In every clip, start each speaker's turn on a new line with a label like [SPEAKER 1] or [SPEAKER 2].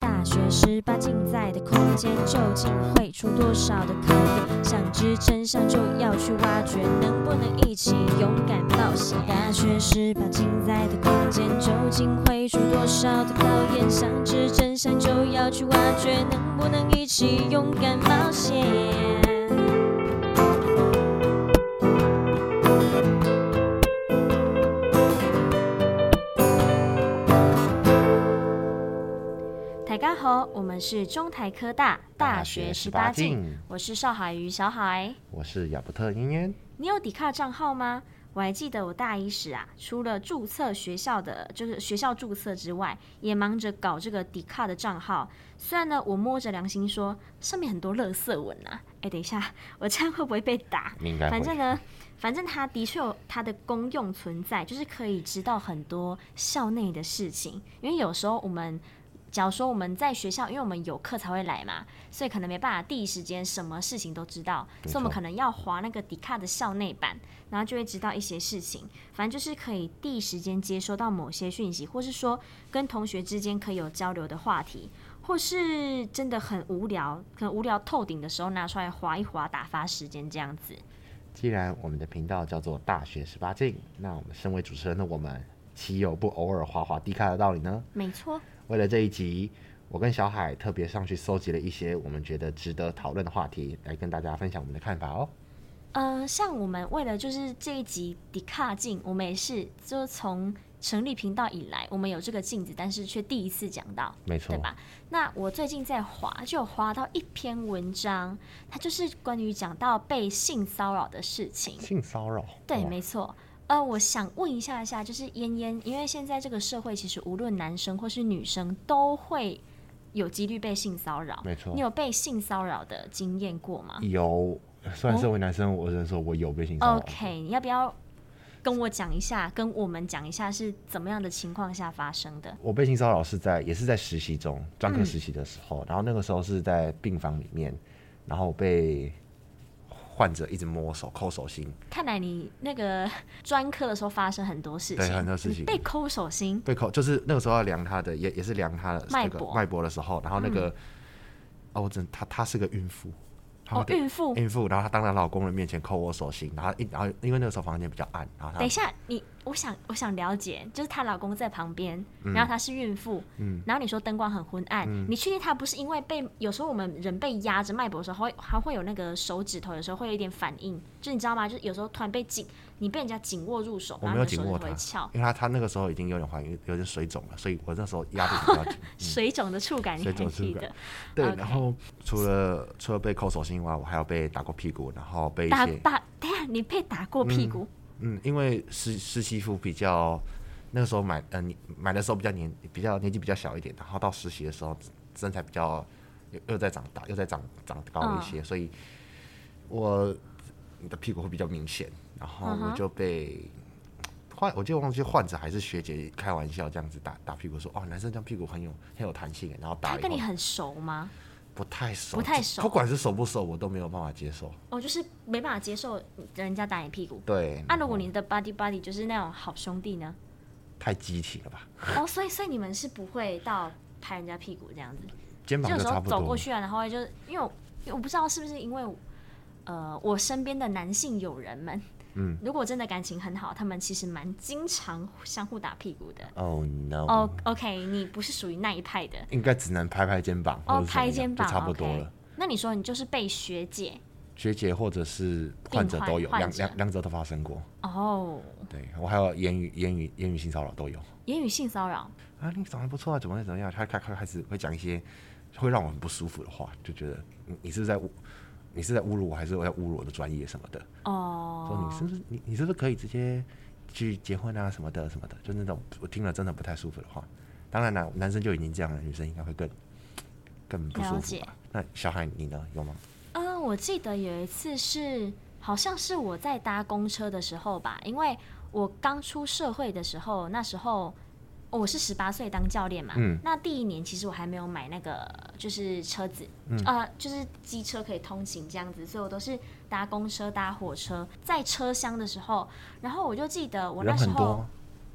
[SPEAKER 1] 大学十八禁在的空间究竟会出多少的考点？想知真相就要去挖掘，能不能一起勇敢冒险？大学十八禁在的空间究竟会出多少的考验？想知真相就要去挖掘，能不能一起勇敢冒险？台高好，我们是中台科大大学十八禁，，我是邵海瑜小海。
[SPEAKER 2] 我是亚伯特嫣嫣。
[SPEAKER 1] 你有迪卡账号吗？我还记得我大一时啊，除了注册学校的就是学校注册之外，也忙着搞这个迪卡的账号。虽然呢，我摸着良心说上面很多垃圾文啊，哎，等一下，我这样会不会被打？
[SPEAKER 2] 你应该
[SPEAKER 1] 反
[SPEAKER 2] 会
[SPEAKER 1] 正呢，反正它的确有它的功用存在，就是可以知道很多校内的事情。因为有时候我们，假如说我们在学校，因为我们有课才会来嘛，所以可能没办法第一时间什么事情都知道，所以我们
[SPEAKER 2] 错
[SPEAKER 1] 可能要划那个迪卡的校内版，然后就会知道一些事情。反正就是可以第一时间接收到某些讯息，或是说跟同学之间可以有交流的话题。或是真的很无聊，可能无聊透顶的时候拿出来划一划，打发时间这样子。
[SPEAKER 2] 既然我们的频道叫做大学十八禁，那我们身为主持人的我们，岂有不偶尔滑滑低卡的道理呢？
[SPEAKER 1] 没错，
[SPEAKER 2] 为了这一集，我跟小海特别上去搜集了一些我们觉得值得讨论的话题，来跟大家分享我们的看法哦。
[SPEAKER 1] 呃，像我们为了就是这一集迪卡镜，我们也是就从成立频道以来，我们有这个镜子，但是却第一次讲到，
[SPEAKER 2] 没错
[SPEAKER 1] 对吧？那我最近在滑，就有滑到一篇文章，它就是关于讲到被性骚扰的事情。
[SPEAKER 2] 性骚扰，
[SPEAKER 1] 对，
[SPEAKER 2] 哇
[SPEAKER 1] 没错。呃，我想问一下下，就是嫣嫣，因为现在这个社会，其实无论男生或是女生，都会有几率被性骚扰。
[SPEAKER 2] 没错
[SPEAKER 1] 你有被性骚扰的经验过吗
[SPEAKER 2] 有。虽然身为男生，我只能说我有被性骚扰。
[SPEAKER 1] ？OK，你要不要跟我讲一下，跟我们讲一下是怎么样的情况下发生的？
[SPEAKER 2] 我被性骚扰是在也是在实习中，专
[SPEAKER 1] 嗯
[SPEAKER 2] 科实习的时候，然后那个时候是在病房里面，然后我被患者一直摸手、抠手心，
[SPEAKER 1] 看来你那个专科的时候发生很多事情，
[SPEAKER 2] 对很多事情
[SPEAKER 1] 你被抠手心，
[SPEAKER 2] 被抠，就是那个时候要量他的，也也是量他的
[SPEAKER 1] 脉
[SPEAKER 2] 那个
[SPEAKER 1] 搏嗯
[SPEAKER 2] 脉搏的时候，然后那个、哦，我真她她是个孕妇，她
[SPEAKER 1] 哦，
[SPEAKER 2] 的
[SPEAKER 1] 孕妇。
[SPEAKER 2] 孕妇，然后她当着老公的面前抠我手心，然后一然后因为那个时候房间比较暗，然后
[SPEAKER 1] 等
[SPEAKER 2] 她
[SPEAKER 1] 一下，你我想我想了解，就是她老公在旁边，
[SPEAKER 2] 嗯
[SPEAKER 1] 然后她是孕妇，然后你说灯光很昏暗，你确定她不是因为被有时候我们人被压着脉搏的时候，还会还会有那个手指头有时候会有一点反应，就你知道吗？就是有时候突然被紧，你被人家紧握入手，
[SPEAKER 2] 我
[SPEAKER 1] 然
[SPEAKER 2] 没
[SPEAKER 1] 后你的
[SPEAKER 2] 有紧
[SPEAKER 1] 手指
[SPEAKER 2] 握
[SPEAKER 1] 头
[SPEAKER 2] 她
[SPEAKER 1] 会翘，，
[SPEAKER 2] 因为她她那个时候已经有点怀孕，有点水肿了，所以我那时候压的比 较紧。
[SPEAKER 1] 水肿的触感你
[SPEAKER 2] 嗯水
[SPEAKER 1] 还
[SPEAKER 2] 肿触
[SPEAKER 1] 记
[SPEAKER 2] 感
[SPEAKER 1] 得？
[SPEAKER 2] 对
[SPEAKER 1] OK
[SPEAKER 2] 然后除了除了被抠手心以外，我还有被打过屁股，然后被一
[SPEAKER 1] 打
[SPEAKER 2] 些
[SPEAKER 1] 打，等一下你被打过屁股，
[SPEAKER 2] 嗯，因为实实习服比较那个时候买呃你买的时候比较年比较年纪比较小一点，然后到实习的时候身材比较又又在长大又在长长高一
[SPEAKER 1] 嗯
[SPEAKER 2] 些，所以我的屁股会比较明显，然后
[SPEAKER 1] 嗯哼
[SPEAKER 2] 我就被。患我就忘记患者还是学姐开玩笑这样子打打屁股说哦男生这样屁股很有很有弹性，然后打
[SPEAKER 1] 他
[SPEAKER 2] 了以
[SPEAKER 1] 跟你
[SPEAKER 2] 后
[SPEAKER 1] 很熟吗？
[SPEAKER 2] 不太熟，
[SPEAKER 1] 不太熟
[SPEAKER 2] 不管是熟不熟，我都没有办法接受。
[SPEAKER 1] 哦，就是没办法接受人家打你屁股。
[SPEAKER 2] 对，
[SPEAKER 1] 啊，如果
[SPEAKER 2] 哦
[SPEAKER 1] 你的 buddy buddy 就是那种好兄弟 呢？
[SPEAKER 2] 太激情了吧，
[SPEAKER 1] 哦，所以所以你们是不会到拍人家屁股这样子，
[SPEAKER 2] 肩
[SPEAKER 1] 就
[SPEAKER 2] 膀
[SPEAKER 1] 有
[SPEAKER 2] 就
[SPEAKER 1] 时
[SPEAKER 2] 差
[SPEAKER 1] 候
[SPEAKER 2] 不多。
[SPEAKER 1] 走过去啊，然后就是因为我因为我不知道是不是因为呃我身边的男性友人们，嗯，如果真的感情很好，他们其实蛮经常相互打屁股的。
[SPEAKER 2] Oh no！
[SPEAKER 1] 哦、o k 你不是属于那一派的
[SPEAKER 2] 应该只能拍拍肩膀，
[SPEAKER 1] 哦
[SPEAKER 2] 或者是怎么
[SPEAKER 1] 拍
[SPEAKER 2] 样
[SPEAKER 1] 肩膀
[SPEAKER 2] 就差不多
[SPEAKER 1] OK
[SPEAKER 2] 了。
[SPEAKER 1] 那你说你就是被学姐
[SPEAKER 2] 学姐或者是患者都有，
[SPEAKER 1] 病患
[SPEAKER 2] 两
[SPEAKER 1] 患者
[SPEAKER 2] 两两者都发生过。
[SPEAKER 1] 哦
[SPEAKER 2] 对我还有言语、言语、言语性骚扰都有
[SPEAKER 1] 言语性骚扰，
[SPEAKER 2] 啊！你长得不错啊，怎么会怎么样？他开开开始会讲一些会让我很不舒服的话，就觉得你你是不是在侮你是在侮辱我，还是我在侮辱我的专业什么的？说
[SPEAKER 1] 哦
[SPEAKER 2] 你是不是你你是不是可以直接去结婚啊什么的什么的，就那种我听了真的不太舒服的话。当然啦，男生就已经这样了，女生应该会更更不舒
[SPEAKER 1] 了
[SPEAKER 2] 服
[SPEAKER 1] 解
[SPEAKER 2] 吧？那小海你呢？有吗？
[SPEAKER 1] 嗯，我记得有一次是，好像是我在搭公车的时候吧，因为我刚出社会的时候，那时候哦我是十八岁当教练嘛，
[SPEAKER 2] 嗯
[SPEAKER 1] 那第一年其实我还没有买那个就是车子，
[SPEAKER 2] 嗯
[SPEAKER 1] 呃，就是机车可以通勤这样子，所以我都是搭公车、搭火车，在车厢的时候，然后我就记得我那
[SPEAKER 2] 人
[SPEAKER 1] 时
[SPEAKER 2] 很
[SPEAKER 1] 候
[SPEAKER 2] 多，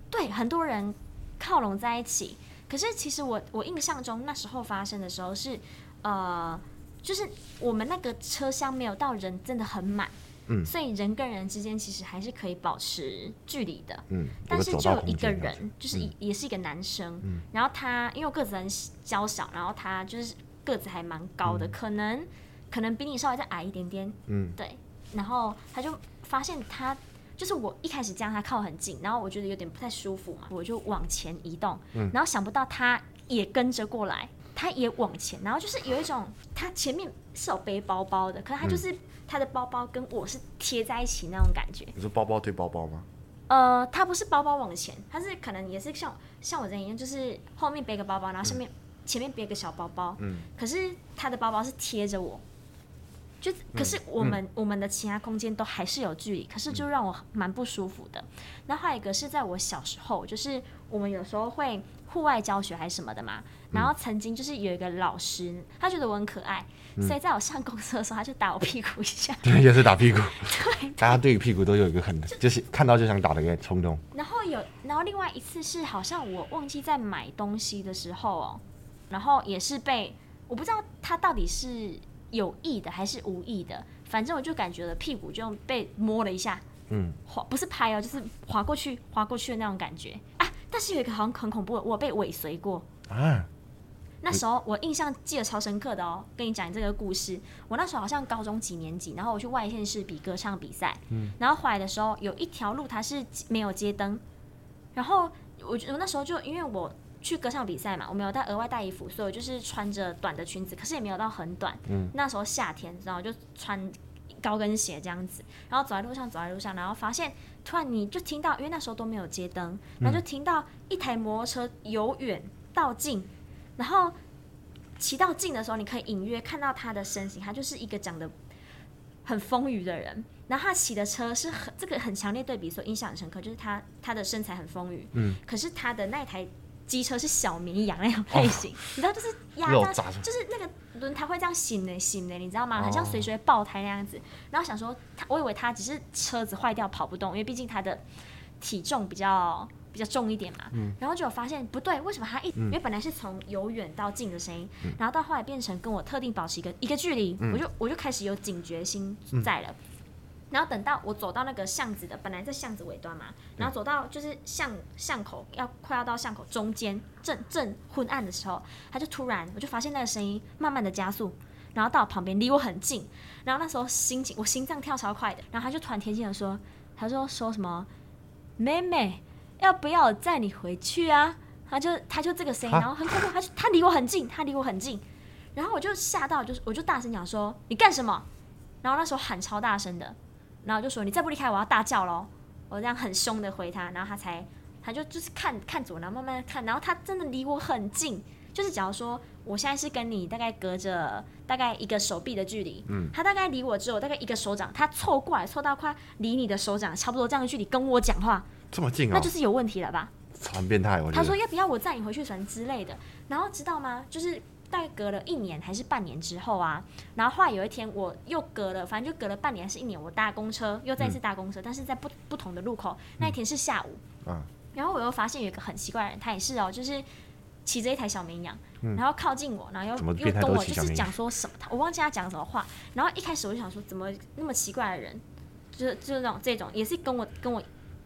[SPEAKER 1] 对很多人靠拢在一起，可可是其实我我印象中那时候发生的时候是，呃，就是我们那个车厢没有到人真的很满，
[SPEAKER 2] 嗯
[SPEAKER 1] 所以人跟人之间其实还是可以保持距离的。
[SPEAKER 2] 嗯，
[SPEAKER 1] 但
[SPEAKER 2] 个
[SPEAKER 1] 是
[SPEAKER 2] 走
[SPEAKER 1] 就
[SPEAKER 2] 道
[SPEAKER 1] 有一
[SPEAKER 2] 空
[SPEAKER 1] 个
[SPEAKER 2] 间这样
[SPEAKER 1] 人，就是一、也是一个男生，
[SPEAKER 2] 嗯
[SPEAKER 1] 然后他因为我个子很娇小，然后他就是个子还蛮高的，可能可能比你稍微再矮一点点，
[SPEAKER 2] 嗯
[SPEAKER 1] 对，然后他就发现他就是我一开始将他靠很近，然后我觉得有点不太舒服嘛，我就往前移动，
[SPEAKER 2] 嗯
[SPEAKER 1] 然后想不到他也跟着过来，他也往前，然后就是有一种他前面是有背包包的，可是他
[SPEAKER 2] 嗯
[SPEAKER 1] 就是、他的包包跟我是贴在一起那种感觉，
[SPEAKER 2] 你说包包对包包吗？
[SPEAKER 1] 呃，他不是包包往前，他是可能也是像像我这样一样，就是后面背个包包，然后下面、前面背个小包包，
[SPEAKER 2] 嗯
[SPEAKER 1] 可是他的包包是贴着我，就嗯可是我们、我们的其他空间都还是有距离，可是就让我蛮不舒服的。然后还有一个是在我小时候，就是我们有时候会户外教学还是什么的嘛，然后曾经就是有一个老师，他觉得我很可爱，所以在我上公厕的时候，他就打我屁股一下，
[SPEAKER 2] 对，也是 打屁股。大家对于屁股都有一个很就是看到就想打的一个冲动。
[SPEAKER 1] 然后有，然后另外一次是好像我忘记在买东西的时候哦，然后也是被我不知道他到底是有意的还是无意的，反正我就感觉了屁股就被摸了一下，
[SPEAKER 2] 嗯，
[SPEAKER 1] 滑不是拍哦，就是滑过去滑过去的那种感觉啊。但是有一个好像很恐怖的，我被尾随过。
[SPEAKER 2] 啊，
[SPEAKER 1] 那时候我印象记得超深刻的哦，跟你讲这个故事。我那时候好像高中几年级，然后我去外县市比歌唱比赛，然后回来的时候有一条路它是没有街灯，然后我我那时候就因为我去歌唱比赛嘛，我没有带额外带衣服，所以我就是穿着短的裙子，可是也没有到很短。
[SPEAKER 2] 嗯
[SPEAKER 1] 那时候夏天，然后就穿高跟鞋这样子，然后走在路上走在路上，然后发现突然你就听到，因为那时候都没有街灯，然后就听到一台摩托车由远到近，然后骑到近的时候，你可以隐约看到他的身形，他就是一个长得很丰腴的人。然后他骑的车是很这个很强烈对比，所以印象很深刻，就是他他的身材很丰腴，
[SPEAKER 2] 嗯，
[SPEAKER 1] 可是他的那一台机车是小绵羊那种类型，你知道，就是压
[SPEAKER 2] 肉
[SPEAKER 1] 到
[SPEAKER 2] 炸出来
[SPEAKER 1] 就是那个轮胎会这样醒的醒的，你知道吗？很像
[SPEAKER 2] 哦
[SPEAKER 1] 随时会爆胎那样子。然后想说他，我以为他只是车子坏掉跑不动，因为毕竟他的体重比较比较重一点嘛。然后就有发现不对，为什么他一、因为本来是从由远到近的声音，然后到后来变成跟我特定保持一个一个距离，我就我就开始有警觉心在了。然后等到我走到那个巷子的，本来在巷子尾端嘛，然后走到就是巷巷口要快要到巷口中间正正昏暗的时候，他就突然我就发现那个声音慢慢的加速，然后到我旁边离我很近，然后那时候心情我心脏跳超快的，然后他就突然贴近的说，他说说什么妹妹要不要我载你回去啊？他就他就这个声音，
[SPEAKER 2] 啊
[SPEAKER 1] 然后很恐怖，他就他离我很近，他离我很近，然后我就吓到，就是我就大声讲说你干什么？然后那时候喊超大声的，然后就说你再不离开我要大叫喽！我这样很凶的回他，然后他才他就就是看看着我，然后慢慢地看，然后他真的离我很近，就是假如说我现在是跟你大概隔着大概一个手臂的距离，嗯，他大概离我只有大概一个手掌，他凑过来凑到快离你的手掌差不多这样的距离跟我讲话，
[SPEAKER 2] 这么近
[SPEAKER 1] 那
[SPEAKER 2] 哦
[SPEAKER 1] 就，是有问题了吧？
[SPEAKER 2] 很变态，我觉
[SPEAKER 1] 他说
[SPEAKER 2] 得。
[SPEAKER 1] 要不要我载你回去船之类的。然后知道吗？就是大概隔了一年还是半年之后啊，然后后来有一天我又隔了，反正就隔了半年还是一年，我搭公车又
[SPEAKER 2] 嗯
[SPEAKER 1] 再一次搭公车，但是在不不同的路口。那一天是下午，
[SPEAKER 2] 啊，
[SPEAKER 1] 然后我又发现有一个很奇怪的人，他也是哦，就是骑着一台小绵羊，然后靠近我，然后
[SPEAKER 2] 嗯怎么
[SPEAKER 1] 又又
[SPEAKER 2] 变态
[SPEAKER 1] 跟
[SPEAKER 2] 都
[SPEAKER 1] 我
[SPEAKER 2] 骑
[SPEAKER 1] 就
[SPEAKER 2] 小
[SPEAKER 1] 是
[SPEAKER 2] 绵
[SPEAKER 1] 讲
[SPEAKER 2] 羊
[SPEAKER 1] 说什么，他我忘记他讲什么话。然后一开始我就想说，怎么那么奇怪的人，就是就是那种这种，也是跟我跟我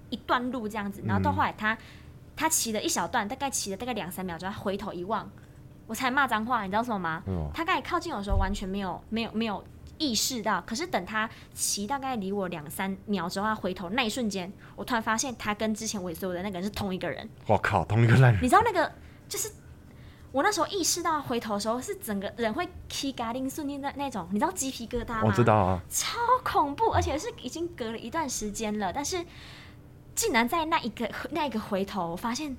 [SPEAKER 1] 一段路这样子。然
[SPEAKER 2] 嗯
[SPEAKER 1] 后到后来他、他骑了一小段，大概骑了大概两三秒钟，他回头一望，我才骂脏话，你知道什么吗？
[SPEAKER 2] 为什么
[SPEAKER 1] 他刚才靠近我的时候完全没有没有没有意识到，可是等他骑大概离我两三秒之后，他回头那一瞬间，我突然发现他跟之前尾随我的那个人是同一个人。
[SPEAKER 2] 我靠，同一个烂人
[SPEAKER 1] 你知道那个就是我那时候意识到回头的时候，是整个人会 k 嘎铃瞬间的那种，你知道鸡皮疙瘩吗？
[SPEAKER 2] 我知道啊，
[SPEAKER 1] 超恐怖，而且是已经隔了一段时间了，但是竟然在那一个 那一个回头，我发现，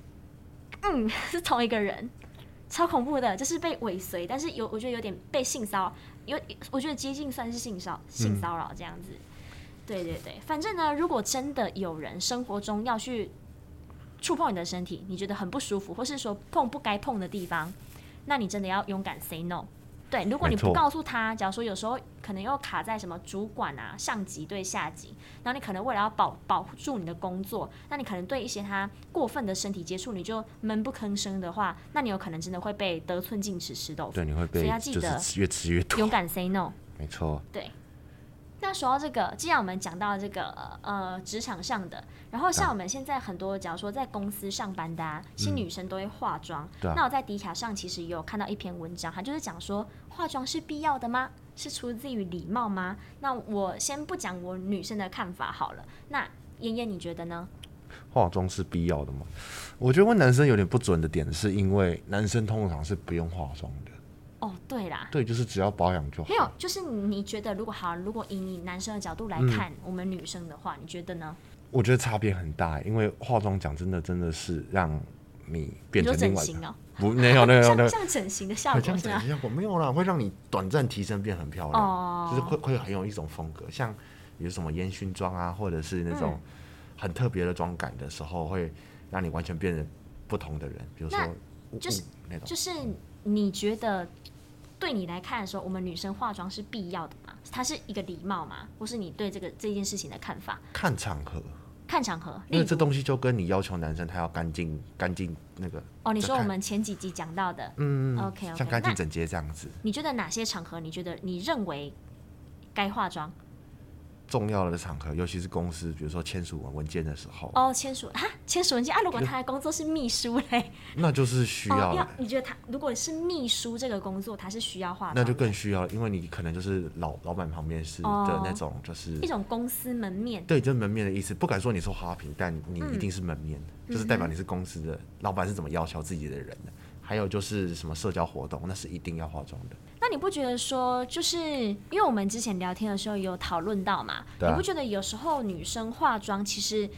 [SPEAKER 1] 嗯， 是同一个人，超恐怖的，就是被尾随，但是有我觉得有点被性骚扰，有我觉得接近算是性骚性骚扰这样子。对对对，反正呢，如果真的有人生活中要去触碰你的身体，你觉得很不舒服，或是说碰不该碰的地方，那你真的要勇敢 say no。对，如果你
[SPEAKER 2] 没
[SPEAKER 1] 不
[SPEAKER 2] 错
[SPEAKER 1] 告诉他，假如说有时候可能又卡在什么主管啊、上级对下级，然后你可能为了要保保住你的工作，那你可能对一些他过分的身体接触，你就闷不吭声的话，那你有可能真的会被得寸进尺，吃豆腐。
[SPEAKER 2] 对，你会
[SPEAKER 1] 所以
[SPEAKER 2] 被
[SPEAKER 1] 要记
[SPEAKER 2] 就是
[SPEAKER 1] 得
[SPEAKER 2] 吃越吃越
[SPEAKER 1] 勇
[SPEAKER 2] 多，
[SPEAKER 1] 敢 say no。
[SPEAKER 2] 没错，
[SPEAKER 1] 那说到这个，既然我们讲到这个呃职场上的，然后像我们现在很多，假如说在公司上班的、啊，新女生都会化妆。
[SPEAKER 2] 嗯对啊
[SPEAKER 1] 那我在迪卡上其实也有看到一篇文章，它就是讲说化妆是必要的吗？是出自于礼貌吗？那我先不讲我女生的看法好了。那妍妍你觉得呢？
[SPEAKER 2] 化妆是必要的吗？我觉得问男生有点不准的点，是因为男生通常是不用化妆的，
[SPEAKER 1] 哦，对啦，
[SPEAKER 2] 对，就是只要保养就好
[SPEAKER 1] 没。有，就是你觉得如果好，如果以你男生的角度
[SPEAKER 2] 嗯
[SPEAKER 1] 来看我们女生的话，你觉得呢？
[SPEAKER 2] 我觉得差别很大，因为化妆讲真的真的是让你
[SPEAKER 1] 你
[SPEAKER 2] 变
[SPEAKER 1] 说
[SPEAKER 2] 成另
[SPEAKER 1] 整
[SPEAKER 2] 外一
[SPEAKER 1] 形
[SPEAKER 2] 个， 啊
[SPEAKER 1] 哦，
[SPEAKER 2] 不没有没有没
[SPEAKER 1] 像
[SPEAKER 2] 有，
[SPEAKER 1] 像整形的效
[SPEAKER 2] 会
[SPEAKER 1] 果
[SPEAKER 2] 这样
[SPEAKER 1] 是吧
[SPEAKER 2] 子？效果没有啦，会让你短暂提升变很漂亮，
[SPEAKER 1] 哦
[SPEAKER 2] 就是会会很有一种风格，像比如什么烟熏妆啊，或者是那种
[SPEAKER 1] 嗯
[SPEAKER 2] 很特别的妆感的时候，会让你完全变成不同的人，比如说
[SPEAKER 1] 那
[SPEAKER 2] 雾
[SPEAKER 1] 就是
[SPEAKER 2] 雾那种。
[SPEAKER 1] 就是你觉得对你来看说，我们女生化妆是必要的吗？它是一个礼貌吗？或是你对这个这件事情的看法？
[SPEAKER 2] 看场合，
[SPEAKER 1] 看场合，
[SPEAKER 2] 因
[SPEAKER 1] 例
[SPEAKER 2] 为这
[SPEAKER 1] 如
[SPEAKER 2] 东西就跟你要求男生他要干净干净那个，
[SPEAKER 1] 哦，你
[SPEAKER 2] 这
[SPEAKER 1] 说我
[SPEAKER 2] 看
[SPEAKER 1] 们前几集讲到的，
[SPEAKER 2] 嗯
[SPEAKER 1] OK，OK，
[SPEAKER 2] 像干净
[SPEAKER 1] 那
[SPEAKER 2] 整洁这样子。
[SPEAKER 1] 你觉得哪些场合你觉得你认为该化妆？
[SPEAKER 2] 重要的场合，尤其是公司，比如说签署文件的时候，
[SPEAKER 1] 哦，签署啊，签署文件啊，如果他的工作是秘书嘞，
[SPEAKER 2] 那就是需
[SPEAKER 1] 哦，
[SPEAKER 2] 要了
[SPEAKER 1] 要你觉得他如果是秘书这个工作，他是需要化妆的，
[SPEAKER 2] 那就更需要了，因为你可能就是老老板旁边是
[SPEAKER 1] 哦
[SPEAKER 2] 的那种，就是
[SPEAKER 1] 一种公司门面。
[SPEAKER 2] 对，就是门面的意思。不敢说你说花瓶，但你一定是门面，就是代表你是公司的老板是怎么要求自己的人的。还有就是什么社交活动，那是一定要化妆的。
[SPEAKER 1] 那你不觉得说，就是因为我们之前聊天的时候有讨论到嘛，
[SPEAKER 2] 对啊
[SPEAKER 1] 你不觉得有时候女生化妆其实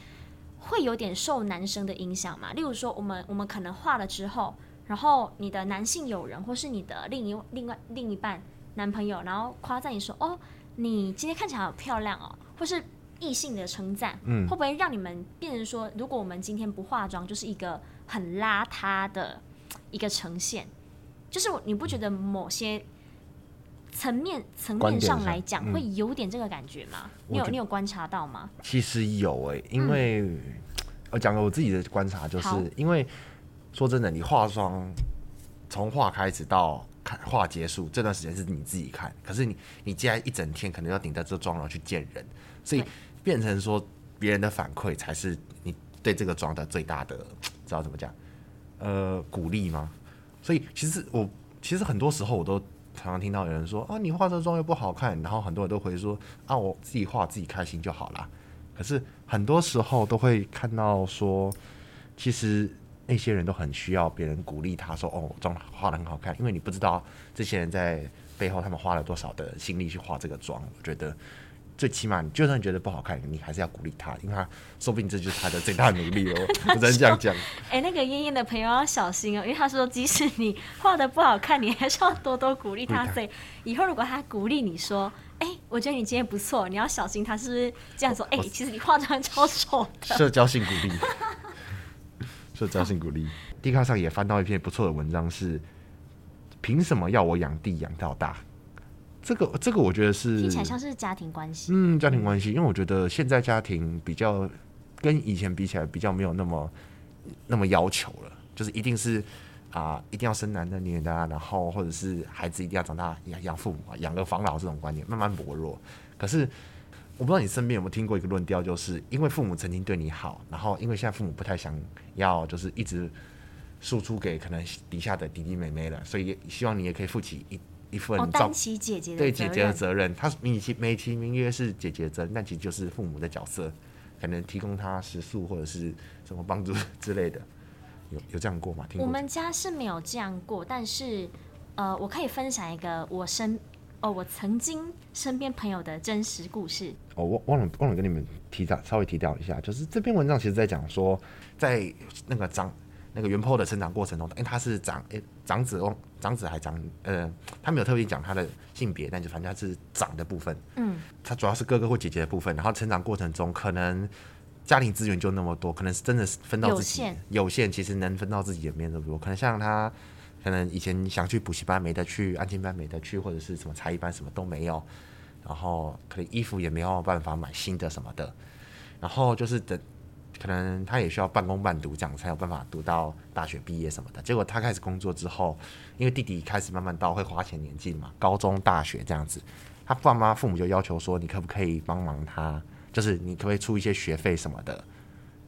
[SPEAKER 1] 会有点受男生的影响嘛？例如说，我们我们可能化了之后，然后你的男性友人或是你的另一另外另一半男朋友，然后夸赞你说：“哦，你今天看起来好漂亮哦。”或是异性的称赞，
[SPEAKER 2] 嗯
[SPEAKER 1] 会不会让你们变成说，如果我们今天不化妆，就是一个很邋遢的一个呈现？就是我你不觉得某些层面层
[SPEAKER 2] 观
[SPEAKER 1] 面
[SPEAKER 2] 点
[SPEAKER 1] 上
[SPEAKER 2] 上
[SPEAKER 1] 来讲，
[SPEAKER 2] 嗯
[SPEAKER 1] 会有点这个感觉吗？你有
[SPEAKER 2] 我觉
[SPEAKER 1] 你有观察到吗？
[SPEAKER 2] 其实有诶、因为、我讲个我自己的观察，就是
[SPEAKER 1] 嗯好
[SPEAKER 2] 因为说真的，你化妆从化开始到看化结束这段时间是你自己看，可是你你接下来一整天可能要顶在这妆容去见人，所以
[SPEAKER 1] 对
[SPEAKER 2] 变成说别人的反馈才是你对这个妆的最大的，知道怎么讲？呃，鼓励吗？所以其实我其实很多时候我都常常听到有人说啊，你化这妆又不好看，然后很多人都回说啊，我自己化自己开心就好啦。可是很多时候都会看到说，其实那些人都很需要别人鼓励他说，哦，妆化的很好看，因为你不知道这些人在背后他们花了多少的心力去化这个妆。我觉得最起码，你就算觉得不好看，你还是要鼓励他，因为他说不定这就是他的最大的 努力哦。我只能这样讲。
[SPEAKER 1] 哎、那个燕燕的朋友要小心哦，因为他说，即使你画的不好看，你还是要多多鼓励他。
[SPEAKER 2] 对的
[SPEAKER 1] 所以以后如果他鼓励你说，哎、我觉得你今天不错，你要小心他是不是这样说？哎、其实你化妆超丑的。
[SPEAKER 2] 社交性鼓励，社交性鼓励。d 卡上也翻到一篇不错的文章是，凭什么要我养地养到大？这个这个我觉得 是
[SPEAKER 1] 听起来像是家庭关系。
[SPEAKER 2] 嗯，家庭关系，因为我觉得现在家庭比较跟以前比起来比较没有那么那么要求了，就是一定是啊、一定要生男的女的啊，然后或者是孩子一定要长大养养父母啊，养儿防老这种观念慢慢薄弱。可是我不知道你身边有没有听过一个论调，就是因为父母曾经对你好，然后因为现在父母不太想要，就是一直输出给可能底下的弟弟妹妹了，所以也希望你也可以负起一一份
[SPEAKER 1] 哦，
[SPEAKER 2] 照
[SPEAKER 1] 担起姐姐的
[SPEAKER 2] 对
[SPEAKER 1] 责
[SPEAKER 2] 姐
[SPEAKER 1] 任。
[SPEAKER 2] 姐的责任，她美其美其名曰是姐姐的责任，但其实就是父母的角色，可能提供她食宿或者是什么帮助 之类的。有有这样过吗？听
[SPEAKER 1] 我
[SPEAKER 2] 过？
[SPEAKER 1] 们家是没有这样过，但是呃，我可以分享一个我身哦，我曾经身边朋友的真实故事。
[SPEAKER 2] 哦，我忘了忘了跟你们提到稍微提到一下，就是这篇文章其实在讲说，在那个长那个元坡的成长过程中，因为他是长诶长子哦，长子还长呃，他没有特别讲他的性别，但就反正他是长的部分。
[SPEAKER 1] 嗯，
[SPEAKER 2] 他主要是哥哥或姐姐的部分，然后成长过程中可能家庭资源就那么多，可能是真的是分到自己
[SPEAKER 1] 有限
[SPEAKER 2] 有限，其实能分到自己也没那么多。可能像他可能以前想去补习班没得去，安静班没得去，或者是什么才艺班什么都没有，然后可能衣服也没有办法买新的什么的，然后就是等，可能他也需要半工半读这样才有办法读到大学毕业什么的。结果他开始工作之后，因为弟弟开始慢慢到会花钱年纪嘛，高中、大学这样子，他爸妈父母就要求说，你可不可以帮忙他，就是你可不可以出一些学费什么的，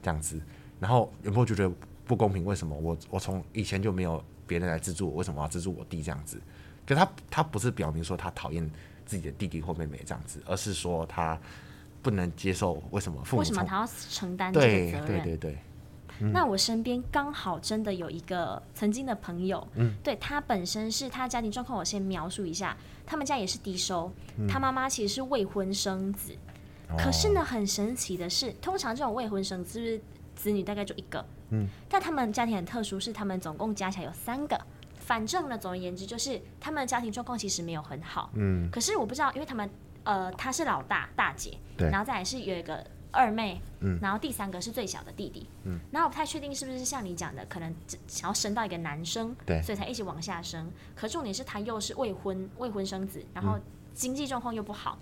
[SPEAKER 2] 这样子。然后有没有觉得不公平？为什么我我从以前就没有别人来资助我，为什么我要资助我弟这样子？可他他不是表明说他讨厌自己的弟弟或妹妹这样子，而是说他不能接受为什么父母
[SPEAKER 1] 为什么
[SPEAKER 2] 从
[SPEAKER 1] 他要承担这个
[SPEAKER 2] 对
[SPEAKER 1] 责任？
[SPEAKER 2] 对对对，
[SPEAKER 1] 那我身边刚好真的有一个曾经的朋友，对他本身是他家庭状况，我先描述一下，他们家也是低收，他妈妈其实是未婚生子，可是呢，很神奇的是，通常这种未婚生子是不是子女大概就一个，嗯，但他们家庭很特殊，是他们总共加起来有三个。反正呢，总而言之，就是他们的家庭状况其实没有很好，嗯，可是我不知道，因为他们呃，他是老大大姐，
[SPEAKER 2] 对
[SPEAKER 1] 然后再来是有一个二妹，嗯，然后第三个是最小的弟弟，嗯，然后我不太确定是不是像你讲的，可能只想要生到一个男生，
[SPEAKER 2] 对
[SPEAKER 1] 所以才一直往下生。可重点是他又是未婚未婚生子，然后经济状况又不好，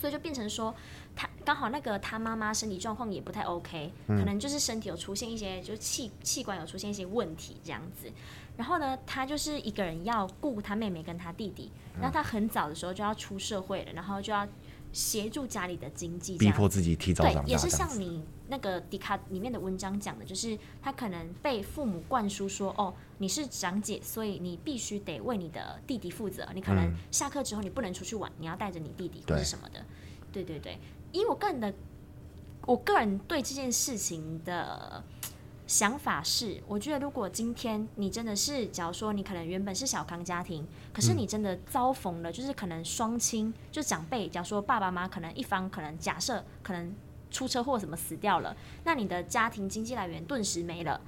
[SPEAKER 1] 所以就变成说他刚好那个他妈妈身体状况也不太 OK，、可能就是身体有出现一些就是气气管有出现一些问题这样子。然后呢，他就是一个人要顾他妹妹跟他弟弟，然后他很早的时候就要出社会了，然后就要协助家里的经济，这
[SPEAKER 2] 逼
[SPEAKER 1] 样子。
[SPEAKER 2] 迫自己提早
[SPEAKER 1] 对
[SPEAKER 2] 长大，这
[SPEAKER 1] 也
[SPEAKER 2] 样
[SPEAKER 1] 是
[SPEAKER 2] 子
[SPEAKER 1] 像你那个迪卡里面的文章讲的，就是他可能被父母灌输说，哦，你是长姐，所以你必须得为你的弟弟负责，你可能下课之后你不能出去玩，你要带着你弟弟或
[SPEAKER 2] 对
[SPEAKER 1] 者什么的。对对对，以我个人的，我个人对这件事情的。想法是，我觉得如果今天你真的是，假如说你可能原本是小康家庭，可是你真的遭逢了，就是可能双亲，就长辈，假如说爸爸妈妈可能一方可能假设可能出车祸什么死掉了，那你的家庭经济来源顿时没了。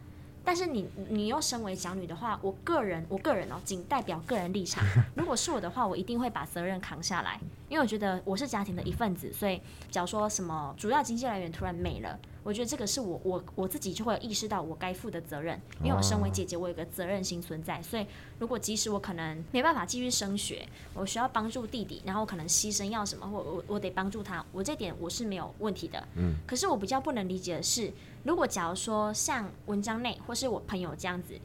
[SPEAKER 1] 但是你你又身为小女的话，我个人我个人哦，仅代表个人立场。如果是我的话，我一定会把责任扛下来，因为我觉得我是家庭的一份子。所以，假如说什么主要经济来源突然没了，我觉得这个是我我我自己就会有意识到我该负的责任，因为我身为姐姐，我有个责任心存在。所以，如果即使我可能没办法继续升学，我需要帮助弟弟，然后可能牺牲要什么，或我我得帮助他，我这点我是没有问题的。嗯，可是我比较不能理解的是，如果假如说像文章内或是我朋友这样子，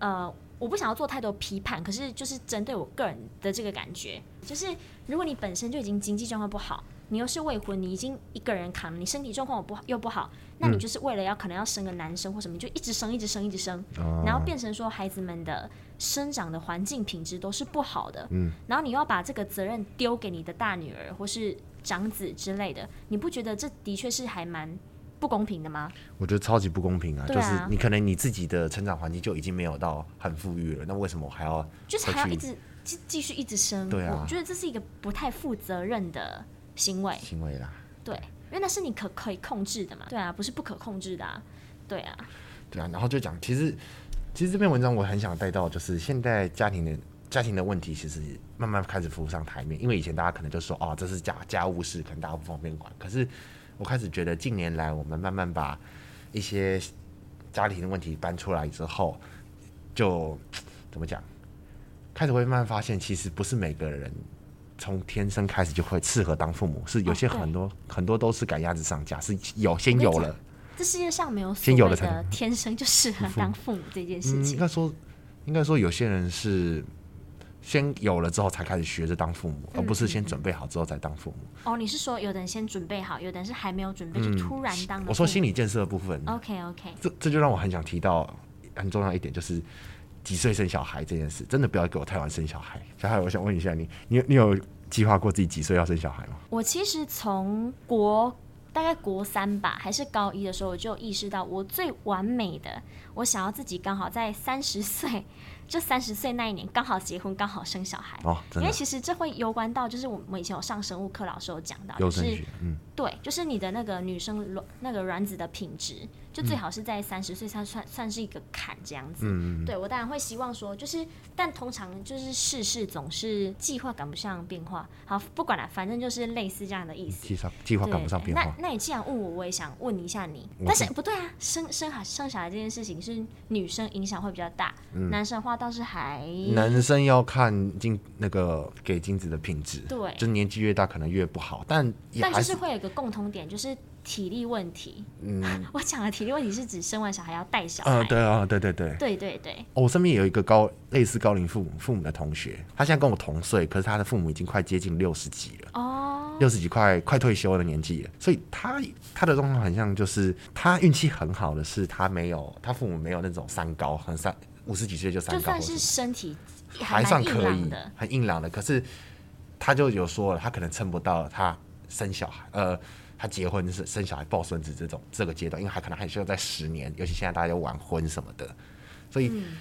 [SPEAKER 1] 呃，我不想要做太多批判，可是就是针对我个人的这个感觉，就是如果你本身就已经经济状况不好，你又是未婚，你已经一个人扛，你身体状况又不好又不好，那你就是为了要可能要生个男生或什么，你就一直生一直生一直生，然后变成说孩子们的生长的环境品质都是不好的，嗯，然后你又要把这个责任丢给你的大女儿或是长子之类的，你不觉得这的确是还蛮不公平的吗？
[SPEAKER 2] 我觉得超级不公平啊！
[SPEAKER 1] 对
[SPEAKER 2] 就
[SPEAKER 1] 啊
[SPEAKER 2] 是你可能你自己的成长环境就已经没有到很富裕了，那为什么我还要
[SPEAKER 1] 就是
[SPEAKER 2] 会
[SPEAKER 1] 还要
[SPEAKER 2] 去
[SPEAKER 1] 一直继继续一直生，
[SPEAKER 2] 对啊
[SPEAKER 1] 我觉得这是一个不太负责任的行为，
[SPEAKER 2] 行为啦？
[SPEAKER 1] 对，因为那是你可可以控制的嘛，对啊，不是不可控制的啊，对啊，
[SPEAKER 2] 对啊，然后就讲，其实其实这篇文章我很想带到，就是现在家庭的家庭的问题，其实慢慢开始浮上台面。因为以前大家可能就说，哦，这是家家务事，可能大家不方便管。可是我开始觉得，近年来我们慢慢把一些家庭的问题搬出来之后，就怎么讲，开始会慢慢发现，其实不是每个人。从天生开始就会适合当父母，是有些
[SPEAKER 1] 哦对
[SPEAKER 2] 很多、很多都是赶鸭子上架，是有先
[SPEAKER 1] 我跟你
[SPEAKER 2] 有
[SPEAKER 1] 讲
[SPEAKER 2] 了，
[SPEAKER 1] 这世界上没有所
[SPEAKER 2] 先有
[SPEAKER 1] 谓
[SPEAKER 2] 了才
[SPEAKER 1] 的天生就适合当父母这件事
[SPEAKER 2] 嗯，应
[SPEAKER 1] 情，
[SPEAKER 2] 该说，应该说有些人是先有了之后才开始学着当父母，
[SPEAKER 1] 嗯
[SPEAKER 2] 而不是先准备好之后才当父母。
[SPEAKER 1] 哦，你是说有的人先准备好，有的人是还没有准备就突然当了
[SPEAKER 2] 嗯我说心
[SPEAKER 1] 理
[SPEAKER 2] 理建设的部分，
[SPEAKER 1] ，OK OK，
[SPEAKER 2] 这这就让我很想提到很重要一点，就是几岁生小孩这件事，真的不要给我太晚生小孩。小海，我想问一下你，你你有计划过自己几岁要生小孩吗？
[SPEAKER 1] 我其实从国大概国三吧，还是高一的时候，我就意识到我最完美的，我想要自己刚好在三十岁，就三十岁那一年刚好结婚，刚好生小孩。
[SPEAKER 2] 哦，真
[SPEAKER 1] 因为
[SPEAKER 2] 的
[SPEAKER 1] 其实这会攸关到，就是我们以前有上生物课老师有讲到，
[SPEAKER 2] 优
[SPEAKER 1] 就
[SPEAKER 2] 生
[SPEAKER 1] 是
[SPEAKER 2] 学，嗯，
[SPEAKER 1] 对，就是你的那个女生卵那个卵子的品质，就
[SPEAKER 2] 嗯
[SPEAKER 1] 最好是在三十岁算算算是一个坎这样子。
[SPEAKER 2] 嗯
[SPEAKER 1] 对我当然会希望说，就是但通常就是世事总是计划赶不上变化。好，不管了，反正就是类似这样的意思。
[SPEAKER 2] 计划计划
[SPEAKER 1] 对
[SPEAKER 2] 赶不上变化
[SPEAKER 1] 那。那你既然问我，我也想问一下你。
[SPEAKER 2] 我
[SPEAKER 1] 但是
[SPEAKER 2] 是
[SPEAKER 1] 不对啊，生生孩生小孩这件事情是女生影响会比较大，男生的话话倒是还
[SPEAKER 2] 嗯男生要看精那个给精子的品质，
[SPEAKER 1] 对
[SPEAKER 2] 就年纪越大可能越不好，但也
[SPEAKER 1] 但
[SPEAKER 2] 还
[SPEAKER 1] 就是会有一个共同点，就是体力问题。
[SPEAKER 2] 嗯
[SPEAKER 1] 我讲的体力问题是指生完小孩要带小孩。
[SPEAKER 2] 呃对啊对对对，
[SPEAKER 1] 对对对
[SPEAKER 2] 哦我身边有一个高类似高龄父母父母的同学，他现在跟我同岁，可是他的父母已经快接近六十几了，
[SPEAKER 1] 哦，
[SPEAKER 2] 六十几快快退休的年纪了，所以他他的状况很像，就是他运气很好的是他没有他父母没有那种三高，很三五十几岁就三
[SPEAKER 1] 就
[SPEAKER 2] 高或
[SPEAKER 1] 算
[SPEAKER 2] 什
[SPEAKER 1] 是
[SPEAKER 2] 么，
[SPEAKER 1] 身体
[SPEAKER 2] 还
[SPEAKER 1] 蛮
[SPEAKER 2] 算
[SPEAKER 1] 硬
[SPEAKER 2] 可
[SPEAKER 1] 朗
[SPEAKER 2] 以
[SPEAKER 1] 的，，
[SPEAKER 2] 很硬朗的，可是他就有说了，他可能撑不到他生小孩，呃。他结婚是生小孩抱孙子这种这个阶段，因为还可能还需要在十年，尤其现在大家又晚婚什么的，所以
[SPEAKER 1] 嗯，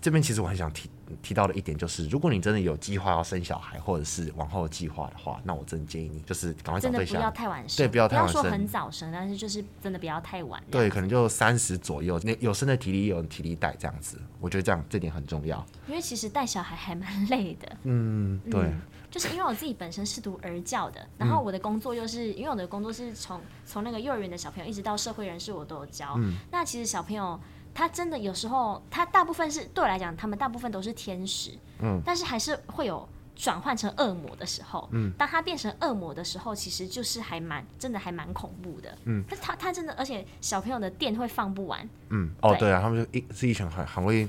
[SPEAKER 2] 这边其实我很想提提到的一点就是，如果你真的有计划要生小孩，或者是往后的计划的话，那我真的建议你就是赶快找
[SPEAKER 1] 真的
[SPEAKER 2] 对
[SPEAKER 1] 不要
[SPEAKER 2] 象。
[SPEAKER 1] 太晚生，
[SPEAKER 2] 对不要太晚
[SPEAKER 1] 说
[SPEAKER 2] 生
[SPEAKER 1] 很早生，但是就是真的不要太晚。
[SPEAKER 2] 对，，可能就三十左右，那有生的体力，有体力带这样子，我觉得这样这点很重要。
[SPEAKER 1] 因为其实带小孩还蛮累的。
[SPEAKER 2] 嗯，对，
[SPEAKER 1] 嗯就是因为我自己本身是读儿教的，然后我的工作又是、因为我的工作是从从那个幼儿园的小朋友一直到社会人士我都有教。
[SPEAKER 2] 嗯
[SPEAKER 1] 那其实小朋友他真的有时候他大部分是对我来讲，他们大部分都是天使，
[SPEAKER 2] 嗯，
[SPEAKER 1] 但是还是会有转换成恶魔的时候。嗯，当他变成恶魔的时候，其实就是还蛮真的还蛮恐怖的。嗯，但是他他真的，而且小朋友的电会放不完，
[SPEAKER 2] 嗯，哦，
[SPEAKER 1] 对
[SPEAKER 2] 对啊，他们就一是一群很很会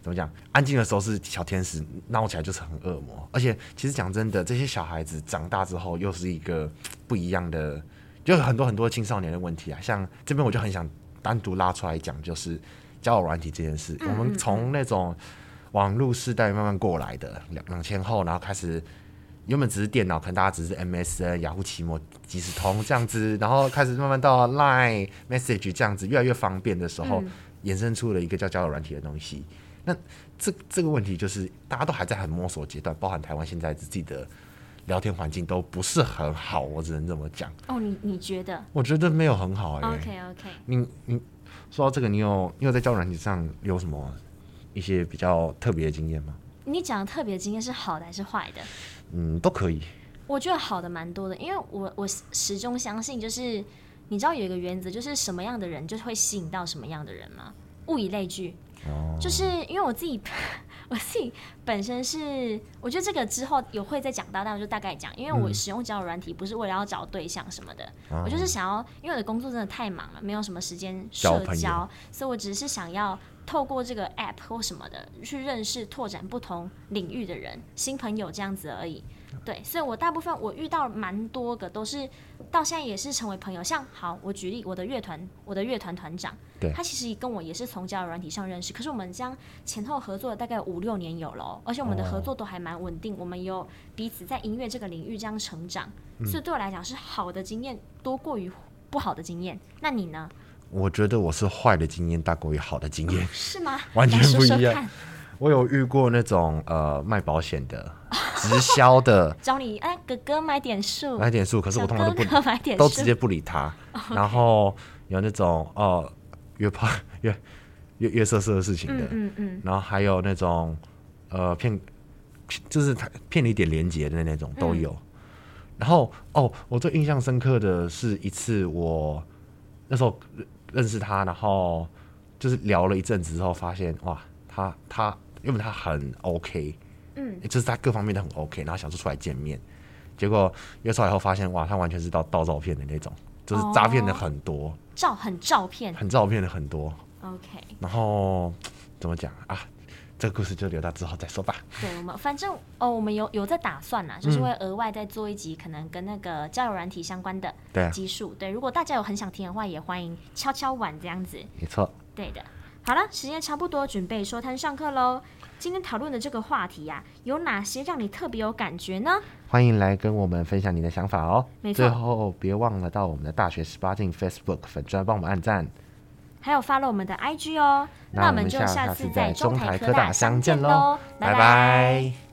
[SPEAKER 2] 怎么讲，安静的时候是小天使，闹起来就是很恶魔。而且其实讲真的，这些小孩子长大之后又是一个不一样的，就有很多很多青少年的问题啊。像这边我就很想单独拉出来讲，就是交友软体这件事，我们从那种网络世代慢慢过来的两两千后，然后开始。原本只是电脑，可能大家只是 MSN、雅虎、奇摩、即时通这样子，然后开始慢慢到 Line、Message 这样子，越来越方便的时候，衍生出了一个叫交友软体的东西。那这这个问题就是大家都还在很摸索阶段，包含台湾现在自己的聊天环境都不是很好，我只能这么讲。
[SPEAKER 1] 哦，你你觉得、
[SPEAKER 2] 我觉得没有很好哎、
[SPEAKER 1] o k OK，
[SPEAKER 2] 你你说到这个，你有你有在交友软体上有什么一些比较特别的经验吗？
[SPEAKER 1] 你讲的特别经验是好的还是坏的？
[SPEAKER 2] 嗯，都可以。
[SPEAKER 1] 我觉得好的蛮多的，因为我我始始终相信，就是你知道有一个原则，就是什么样的人就会吸引到什么样的人吗？物以类聚，
[SPEAKER 2] 哦，
[SPEAKER 1] 就是因为我自己 我自己本身是，我觉得这个之后有会再讲到，但我就大概讲，因为我
[SPEAKER 2] 嗯
[SPEAKER 1] 使用交友软体不是为了要找对象什么的，
[SPEAKER 2] 啊
[SPEAKER 1] 我就是想要，因为我的工作真的太忙了，没有什么时间
[SPEAKER 2] 交
[SPEAKER 1] 社
[SPEAKER 2] 朋友
[SPEAKER 1] 交，所以我只是想要透过这个 app 或什么的去认识、拓展不同领域的人、新朋友这样子而已。
[SPEAKER 2] 嗯
[SPEAKER 1] 对，所以我大部分我遇到蛮多个都是到现在也是成为朋友。像好，我举例我的乐团，我的乐团团长，
[SPEAKER 2] 对
[SPEAKER 1] 他其实跟我也是从交友软体上认识，可是我们这样前后合作了大概五六年有了哦、而且我们的合作都还蛮稳定，我们有彼此在音乐这个领域这样成长，
[SPEAKER 2] 嗯
[SPEAKER 1] 所以对我来讲是好的经验多过于不好的经验。那你呢？
[SPEAKER 2] 我觉得我是坏的经验大过于好的经验。
[SPEAKER 1] 是吗？
[SPEAKER 2] 完全
[SPEAKER 1] 来说
[SPEAKER 2] 不一
[SPEAKER 1] 说
[SPEAKER 2] 样
[SPEAKER 1] 看
[SPEAKER 2] 我有遇过那种呃卖保险的、直销的
[SPEAKER 1] 找你哎，哥哥买点数，
[SPEAKER 2] 买点数，哎可是我
[SPEAKER 1] 小
[SPEAKER 2] 通常
[SPEAKER 1] 哥
[SPEAKER 2] 都不理
[SPEAKER 1] 哥买点哦
[SPEAKER 2] 都
[SPEAKER 1] 数，
[SPEAKER 2] 直接不理他。然后有那种哦约炮 约约约色色的事情的，
[SPEAKER 1] 嗯嗯嗯，
[SPEAKER 2] 然后还有那种呃骗，就是他骗你一点连结的那种
[SPEAKER 1] 嗯
[SPEAKER 2] 都有。然后哦，我最印象深刻的是一次我那时候认认识他，然后就是聊了一阵子之后，发现哇，他他因为他很 OK，
[SPEAKER 1] 嗯，
[SPEAKER 2] 就是他各方面都很 OK，然后想说出来见面，结果约出来以后发现哇，他完全是盗盗照片的那种，就是诈骗的
[SPEAKER 1] 哦
[SPEAKER 2] 很多，
[SPEAKER 1] 照很照片
[SPEAKER 2] 很照片的很多，
[SPEAKER 1] ，OK。
[SPEAKER 2] 然后怎么讲啊？这个故事就留到之后再说吧。
[SPEAKER 1] 对我们，反正哦，我们有有在打算啦，
[SPEAKER 2] 嗯
[SPEAKER 1] 就是会额外再做一集，可能跟那个交友软体相关的
[SPEAKER 2] 对啊
[SPEAKER 1] 集数。对，如果大家有很想听的话，也欢迎敲敲碗这样子。
[SPEAKER 2] 没错，
[SPEAKER 1] 对的。好了，时间差不多，准备收摊上课喽。今天讨论的这个话题呀、有哪些让你特别有感觉呢？
[SPEAKER 2] 欢迎来跟我们分享你的想法哦。
[SPEAKER 1] 没错
[SPEAKER 2] 最后别忘了到我们的大学十八禁 Facebook 粉专帮我们按赞。
[SPEAKER 1] 还有发了我们的 IG 哦。
[SPEAKER 2] 那
[SPEAKER 1] 那
[SPEAKER 2] 我
[SPEAKER 1] 我
[SPEAKER 2] 们
[SPEAKER 1] 们
[SPEAKER 2] 下
[SPEAKER 1] 就下
[SPEAKER 2] 下次
[SPEAKER 1] 次
[SPEAKER 2] 在
[SPEAKER 1] 在中
[SPEAKER 2] 中台
[SPEAKER 1] 台
[SPEAKER 2] 科
[SPEAKER 1] 科
[SPEAKER 2] 大
[SPEAKER 1] 大
[SPEAKER 2] 相
[SPEAKER 1] 相
[SPEAKER 2] 见
[SPEAKER 1] 见
[SPEAKER 2] 喽
[SPEAKER 1] 喽，拜
[SPEAKER 2] 拜拜
[SPEAKER 1] 拜